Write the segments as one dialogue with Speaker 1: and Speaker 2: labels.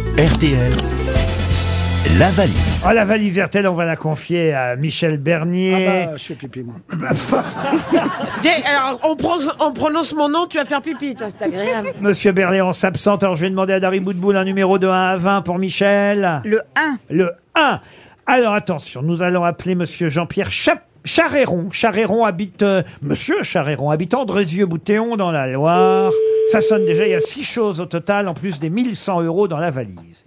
Speaker 1: RTL, la valise.
Speaker 2: Ah, la valise RTL, on va la confier à Michel Bernier.
Speaker 3: Ah bah, je fais pipi, moi.
Speaker 4: J'ai- Alors, on, prononce- on prononce mon nom, tu vas faire pipi, toi, c'est agréable.
Speaker 2: Monsieur Bernier, on s'absente. Alors, je vais demander à Dari Boudboul un numéro de 1 à 20 pour Michel.
Speaker 5: Le 1.
Speaker 2: Le 1. Alors, attention, nous allons appeler monsieur Jean-Pierre Chap- Charéron. Charéron habite, euh, monsieur Charéron habite Andrézieux-Boutéon dans la Loire. Ça sonne déjà, il y a six choses au total, en plus des 1100 euros dans la valise.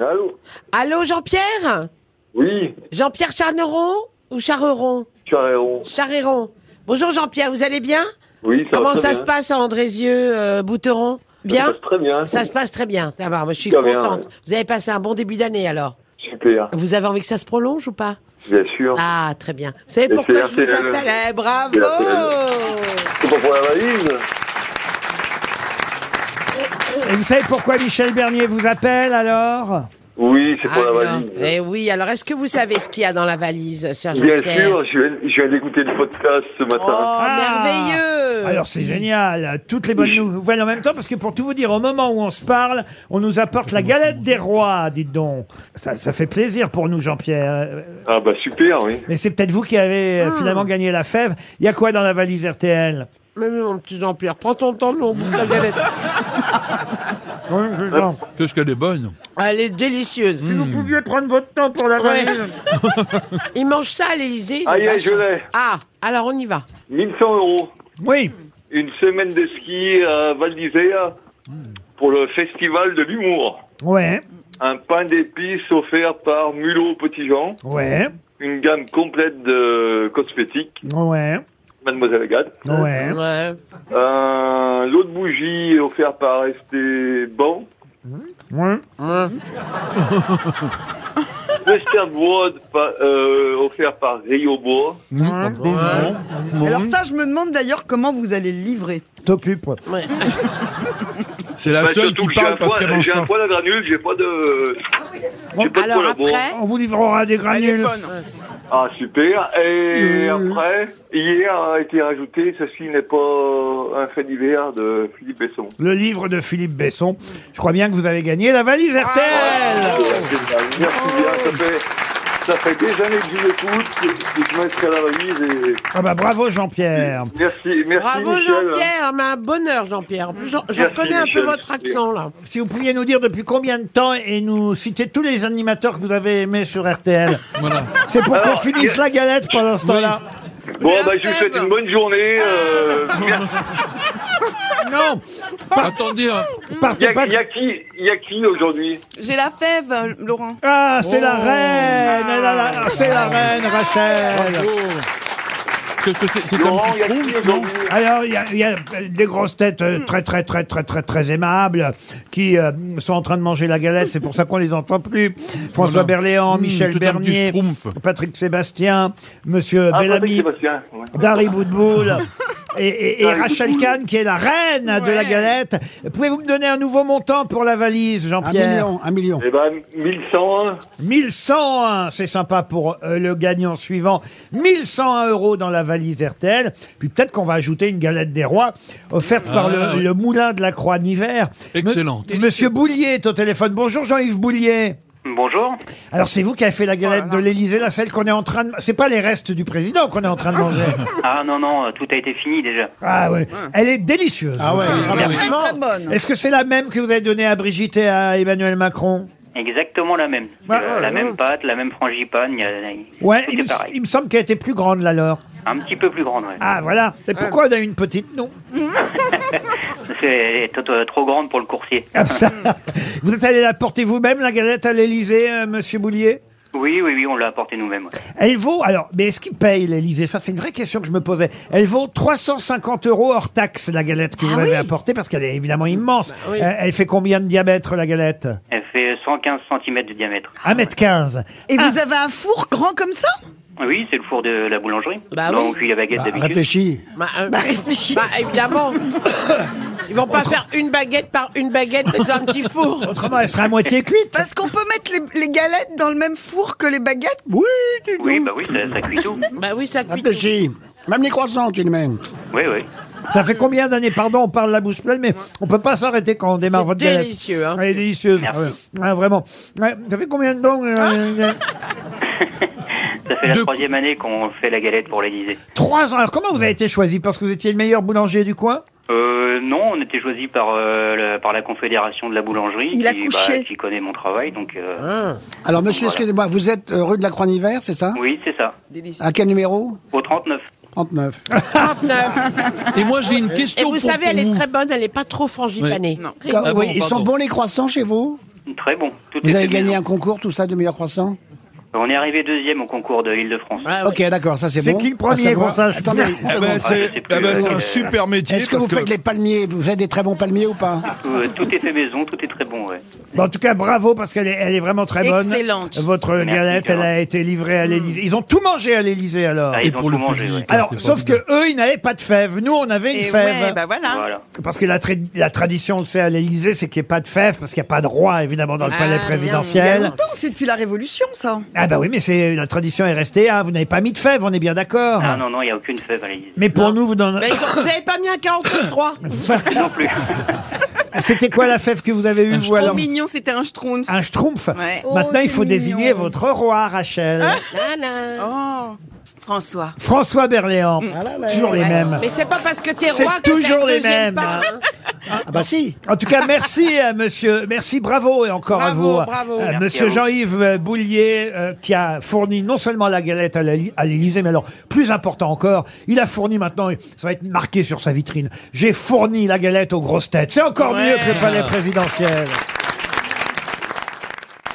Speaker 6: Allô
Speaker 4: Allô, Jean-Pierre
Speaker 6: Oui,
Speaker 4: Jean-Pierre Charneron ou Charreron
Speaker 6: Carréron.
Speaker 4: Charreron. Bonjour, Jean-Pierre, vous allez bien
Speaker 6: Oui, ça
Speaker 4: Comment
Speaker 6: va très
Speaker 4: ça
Speaker 6: bien.
Speaker 4: se passe à Andrézieux, euh, Bouteron
Speaker 6: Ça se
Speaker 4: Bien
Speaker 6: passe très bien.
Speaker 4: Ça se passe très bien. D'abord, moi, je suis
Speaker 6: Très bien,
Speaker 4: contente.
Speaker 6: ouais.
Speaker 4: Vous avez passé un bon début d'année, alors
Speaker 6: Super,
Speaker 4: Vous avez envie que ça se prolonge ou pas
Speaker 6: bien sûr.
Speaker 4: Ah, très bien. Vous savez
Speaker 6: Mais
Speaker 4: pourquoi
Speaker 6: c'est
Speaker 4: je vous
Speaker 6: RTL.
Speaker 4: appelle Eh,
Speaker 6: C'est
Speaker 4: Bravo Ah,
Speaker 6: RTL. C'est pas pour la valise
Speaker 2: Et vous savez pourquoi Michel Bernier vous appelle alors
Speaker 6: Oui, c'est pour la
Speaker 4: Alors,
Speaker 6: valise.
Speaker 4: eh oui, alors est-ce que vous savez ce qu'il y a dans la valise, cher
Speaker 6: Bien
Speaker 4: Jean-Pierre
Speaker 6: sûr, je viens, je viens d'écouter le podcast ce
Speaker 4: Oh,
Speaker 6: matin.
Speaker 2: Ah.
Speaker 4: merveilleux
Speaker 2: Alors c'est génial, toutes les bonnes nouvelles en même temps, parce que pour tout vous dire, au moment où on se parle, on nous apporte la galette des rois, dites donc. Ça, ça fait plaisir pour nous, Jean-Pierre. Euh,
Speaker 4: Oh.
Speaker 6: Ah bah super, oui.
Speaker 2: Mais c'est peut-être vous qui avez euh, finalement gagné la fève. Il y a quoi dans la valise RTL
Speaker 4: Mais oui, mon petit Jean-Pierre, prends ton temps, nous, on bouffe la galette.
Speaker 7: Qu'est-ce qu'elle est bonne
Speaker 4: Elle est délicieuse.
Speaker 2: Vous pouviez prendre votre temps pour la
Speaker 4: Ouais.
Speaker 2: valise.
Speaker 4: Ils mangent ça à l'Élysée. ils ont
Speaker 6: Ah,
Speaker 4: de la
Speaker 6: yeah, je
Speaker 4: chance.
Speaker 6: l'ai.
Speaker 4: Ah, alors on y va.
Speaker 6: 1100 euros.
Speaker 2: Oui,
Speaker 6: Une semaine de ski à Val d'Isère pour le festival de l'humour.
Speaker 2: ouais,
Speaker 6: Un pain d'épices offert par Mulot Petit Jean.
Speaker 2: ouais,
Speaker 6: Une gamme complète de cosmétiques,
Speaker 2: ouais,
Speaker 6: Mademoiselle Agathe.
Speaker 2: Ah ouais.
Speaker 4: Ouais.
Speaker 6: Un lot de bougies offert par ST Ban.
Speaker 2: ouais.
Speaker 6: Westerwood pa- euh, offert par Rio Bois.
Speaker 5: Alors ça, je me demande d'ailleurs comment vous allez le livrer.
Speaker 2: T'occupes.
Speaker 7: C'est la
Speaker 6: Bah,
Speaker 7: seule
Speaker 6: surtout
Speaker 7: qui
Speaker 6: que j'ai un
Speaker 7: parle parce qu'elle
Speaker 6: poil-
Speaker 7: mange
Speaker 6: J'ai un
Speaker 7: pas.
Speaker 6: poil à granule, j'ai pas de. J'ai pas de
Speaker 4: Alors
Speaker 6: poil à bois.
Speaker 4: après,
Speaker 2: On vous livrera des granules.
Speaker 6: Ah super. Et
Speaker 4: Euh.
Speaker 6: après, hier a été rajouté Ceci n'est pas un fait divers de Philippe Besson.
Speaker 2: Le livre de Philippe Besson. Je crois bien que vous avez gagné la valise RTL.
Speaker 6: Merci bien, ça
Speaker 4: Oh.
Speaker 6: fait. Ça fait des années que je l'écoute, que je m'inscris à la valise et
Speaker 2: Ah bah bravo Jean-Pierre.
Speaker 6: merci, merci
Speaker 4: bravo
Speaker 6: Michel.
Speaker 4: Jean-Pierre, mais un bonheur Jean-Pierre. En plus, je, je
Speaker 6: Merci,
Speaker 4: reconnais un peu
Speaker 6: Michel.
Speaker 4: votre accent là.
Speaker 2: Si vous pouviez nous dire depuis combien de temps et nous citer tous les animateurs que vous avez aimés sur RTL.
Speaker 7: Voilà.
Speaker 2: C'est pour qu'on
Speaker 6: Alors,
Speaker 2: finisse la galette pendant ce temps-là.
Speaker 6: Bon, bah, je vous souhaite une bonne journée. euh, merci.
Speaker 2: Non,
Speaker 7: Attendez, hein.
Speaker 6: Il y
Speaker 2: partez
Speaker 6: a,
Speaker 2: pas.
Speaker 6: il y a qui, il y a qui aujourd'hui
Speaker 5: J'ai la fève, euh, Laurent.
Speaker 2: Ah, c'est
Speaker 6: Oh.
Speaker 2: la reine. elle a
Speaker 6: Ah.
Speaker 2: la- C'est la reine, Rachel.
Speaker 7: qu'est-ce que c'est C'est un
Speaker 6: Laurent, il y a
Speaker 7: petit
Speaker 6: qui
Speaker 7: trou, non
Speaker 6: aujourd'hui
Speaker 2: Alors, il y, a- il y a des grosses têtes euh, très, très, très, très, très, très aimables qui euh, sont en train de manger la galette. C'est pour ça qu'on les entend plus. François
Speaker 7: Voilà.
Speaker 2: Berléand,
Speaker 7: Mmh,
Speaker 2: Michel
Speaker 7: tout un petit
Speaker 2: Bernier,
Speaker 7: schtroumpf.
Speaker 2: Patrick Sébastien, Monsieur
Speaker 6: Ah, Patrick
Speaker 2: Bellamy.
Speaker 6: Sébastien. ouais.
Speaker 2: Dari Boudboul et, et- et
Speaker 6: Dari
Speaker 2: Rachel
Speaker 6: Boudboul.
Speaker 2: Kahn qui est la reine de la galette. Pouvez-vous me donner un nouveau montant pour la valise,
Speaker 3: Un
Speaker 2: Jean-Pierre
Speaker 3: million, un million.
Speaker 6: Eh ben, 1101.
Speaker 2: 1101, c'est sympa pour euh, le gagnant suivant. 1101 euros dans la valise RTL. Puis peut-être qu'on va ajouter une galette des rois offerte par le,
Speaker 7: oui.
Speaker 2: le moulin de la Croix d'hiver.
Speaker 7: Excellente.
Speaker 2: Monsieur Boulier est au téléphone. Bonjour Jean-Yves Boulier.
Speaker 6: Bonjour.
Speaker 2: Alors c'est vous qui avez fait la galette de l'Élysée, là celle qu'on est en train de... C'est pas les restes du président qu'on est en train de manger.
Speaker 8: Ah non, non, euh, tout a été fini déjà.
Speaker 2: Ah ouais. Elle est délicieuse.
Speaker 3: Ah ouais.
Speaker 5: Très, très bonne.
Speaker 2: Est-ce que c'est la même que vous avez donnée à Brigitte et à Emmanuel Macron
Speaker 8: Exactement la même.
Speaker 2: Bah,
Speaker 8: Euh,
Speaker 2: ouais,
Speaker 8: la
Speaker 2: ouais.
Speaker 8: même pâte, la même frangipane. y a-
Speaker 2: Ouais,
Speaker 8: tout
Speaker 2: il
Speaker 8: est
Speaker 2: me,
Speaker 8: pareil.
Speaker 2: il me semble qu'elle était plus grande la leur.
Speaker 8: Un petit peu plus grande, ouais.
Speaker 2: Ah voilà. Et pourquoi on a une petite non
Speaker 8: Parce qu'elle est t- euh, trop grande pour le coursier.
Speaker 2: Vous êtes allé la porter vous-même la galette à l'Élysée, euh, Monsieur Boulier
Speaker 8: Oui, oui, oui, on l'a apporté nous-mêmes. ouais.
Speaker 2: Elle vaut alors, mais est-ce qu'il paye l'Élysée Ça c'est une vraie question que je me posais. Elle vaut 350 euros hors taxe la galette
Speaker 5: Ah
Speaker 2: que vous m'avez apportée parce qu'elle est évidemment immense.
Speaker 5: Bah
Speaker 2: Euh, elle fait combien de diamètre la galette
Speaker 8: Elle fait 115 cm de diamètre.
Speaker 2: 1m15.
Speaker 5: Et
Speaker 9: Ah.
Speaker 5: vous avez un four grand comme ça
Speaker 8: Oui, c'est le four de la boulangerie.
Speaker 4: Bah
Speaker 8: Là,
Speaker 4: oui.
Speaker 8: on cuit la baguette
Speaker 3: Bah,
Speaker 8: d'habitude.
Speaker 3: réfléchis.
Speaker 4: Bah, euh, bah, évidemment. Ils vont pas faire une baguette par une baguette, mais c'est un petit four.
Speaker 2: Autrement, elle serait à moitié cuite.
Speaker 5: Parce qu'on peut mettre les, les galettes dans le même four que les baguettes
Speaker 3: Oui, dis donc.
Speaker 8: Oui, bah oui, ça, ça cuit tout.
Speaker 4: Bah oui, ça cuit. tout.
Speaker 3: Réfléchis. Même les croissants, tu les mets.
Speaker 8: Oui, oui.
Speaker 2: Ça fait combien d'années Pardon, on parle la bouche pleine, mais on peut pas s'arrêter quand on démarre
Speaker 4: C'est
Speaker 2: votre galette.
Speaker 4: délicieux, hein.
Speaker 2: Elle est délicieuse. Ah
Speaker 8: Merci.
Speaker 2: Ouais. Ouais, vraiment. Ouais, ça fait combien de temps euh,
Speaker 8: Ça fait la
Speaker 7: Deux-
Speaker 8: troisième année qu'on fait la galette pour l'Elysée.
Speaker 2: Trois ans. Alors comment vous avez été choisi Parce que vous étiez le meilleur boulanger du coin
Speaker 8: Euh, non, on était choisi par, euh, le- par la Confédération de la boulangerie
Speaker 5: Il a
Speaker 8: qui, bah,
Speaker 5: couché.
Speaker 8: qui connaît mon travail. Donc euh,
Speaker 3: Alors, monsieur,
Speaker 8: Voilà.
Speaker 3: excusez-moi, vous êtes euh, rue de la Croix-Niver, c'est ça
Speaker 8: oui, c'est ça.
Speaker 3: À quel numéro
Speaker 8: Au 39.
Speaker 3: 39.
Speaker 7: Ah,
Speaker 4: 39.
Speaker 7: Et moi, j'ai une question
Speaker 4: Et vous
Speaker 7: pour
Speaker 4: savez, elle
Speaker 7: pour vous.
Speaker 4: est très bonne, elle n'est pas trop frangipanée. Non.
Speaker 3: Ah
Speaker 7: bon,
Speaker 3: oui, ils
Speaker 7: pardon.
Speaker 3: sont bons les croissants chez vous
Speaker 8: Très bon. Tout
Speaker 3: Vous
Speaker 8: est
Speaker 3: avez
Speaker 8: fait
Speaker 3: gagné
Speaker 8: maison.
Speaker 3: un concours, tout ça, de meilleurs croissants
Speaker 8: On est arrivé deuxième au concours de l'Île-de-France.
Speaker 10: Ah,
Speaker 7: Ah,
Speaker 3: Ok, d'accord, ça c'est
Speaker 2: C'est
Speaker 3: bon.
Speaker 2: qui le
Speaker 3: Ah, ça
Speaker 2: premier Ah, bah,
Speaker 3: va.
Speaker 2: qu'on sache
Speaker 3: Attendez,
Speaker 10: Eh ben,
Speaker 8: je
Speaker 10: c'est
Speaker 8: sais plus,
Speaker 10: eh ben,
Speaker 8: euh,
Speaker 10: c'est un
Speaker 8: euh,
Speaker 10: super métier.
Speaker 3: Est-ce que vous
Speaker 10: parce
Speaker 3: faites les palmiers Vous faites des très bons palmiers ou pas
Speaker 8: Euh, tout est fait maison, tout est très bon, ouais.
Speaker 2: Bon, En tout cas, bravo parce qu'elle est, elle est vraiment très bonne.
Speaker 9: Excellente.
Speaker 2: Votre
Speaker 8: Merci,
Speaker 2: galette, elle
Speaker 8: Gérard.
Speaker 2: a été livrée à l'Élysée. Ils ont tout mangé à l'Élysée alors.
Speaker 8: Ah,
Speaker 7: Et
Speaker 8: ils ont
Speaker 7: pour le
Speaker 8: tout mangé,
Speaker 7: public. hein,
Speaker 8: ouais.
Speaker 2: Alors,
Speaker 7: C'est
Speaker 2: sauf que eux, ils n'avaient pas de fèves. Nous, on avait une
Speaker 9: Et
Speaker 2: fève.
Speaker 9: ouais, bah
Speaker 10: Ah.
Speaker 9: voilà.
Speaker 8: Voilà.
Speaker 2: Parce que la, tra- la tradition, on le sait, à l'Élysée, c'est qu'il n'y ait pas de fèves, parce qu'il n'y a pas de roi, évidemment, dans le palais
Speaker 9: Ah,
Speaker 5: Il y a
Speaker 2: présidentiel.
Speaker 5: longtemps, c'est depuis la Révolution, ça.
Speaker 2: Ah bah oui, mais c'est la tradition est restée. hein. Vous n'avez pas mis de fèves, on est bien d'accord.
Speaker 8: Ah non, non, il n'y a aucune fève à l'Élysée.
Speaker 2: Mais pour nous, vous n'en-
Speaker 4: Mais ils ont- vous n'avez pas mis un 43
Speaker 8: Non plus.
Speaker 2: Ah, c'était quoi la fève que vous avez eue, vous,
Speaker 9: Trop
Speaker 2: alors
Speaker 9: Oh, mignon, c'était un schtroumpf.
Speaker 2: Un schtroumpf.
Speaker 9: Ouais.
Speaker 2: Maintenant,
Speaker 5: Oh,
Speaker 2: il faut
Speaker 5: c'est
Speaker 2: désigner
Speaker 5: mignon.
Speaker 2: votre roi, Rachel.
Speaker 4: Nana.
Speaker 9: Oh, François.
Speaker 2: François Berléand. Toujours les mêmes.
Speaker 4: Mais c'est pas parce que t'es
Speaker 2: C'est
Speaker 4: roi que
Speaker 2: toujours
Speaker 4: t'as le
Speaker 2: les
Speaker 4: deuxième
Speaker 2: mêmes,
Speaker 4: pas, hein.
Speaker 3: Ah bah si
Speaker 2: En tout cas, merci, euh, monsieur. Merci, bravo et encore
Speaker 4: Bravo,
Speaker 2: à vous.
Speaker 4: bravo.
Speaker 2: Euh,
Speaker 8: Merci
Speaker 2: monsieur
Speaker 8: à vous.
Speaker 2: Jean-Yves euh, Boulier, euh, qui a fourni non seulement la galette à l'Ély- à l'Élysée, mais alors, plus important encore, il a fourni maintenant, et ça va être marqué sur sa vitrine, j'ai fourni la galette aux grosses têtes. C'est encore
Speaker 9: Ouais.
Speaker 2: mieux que le palais présidentiel.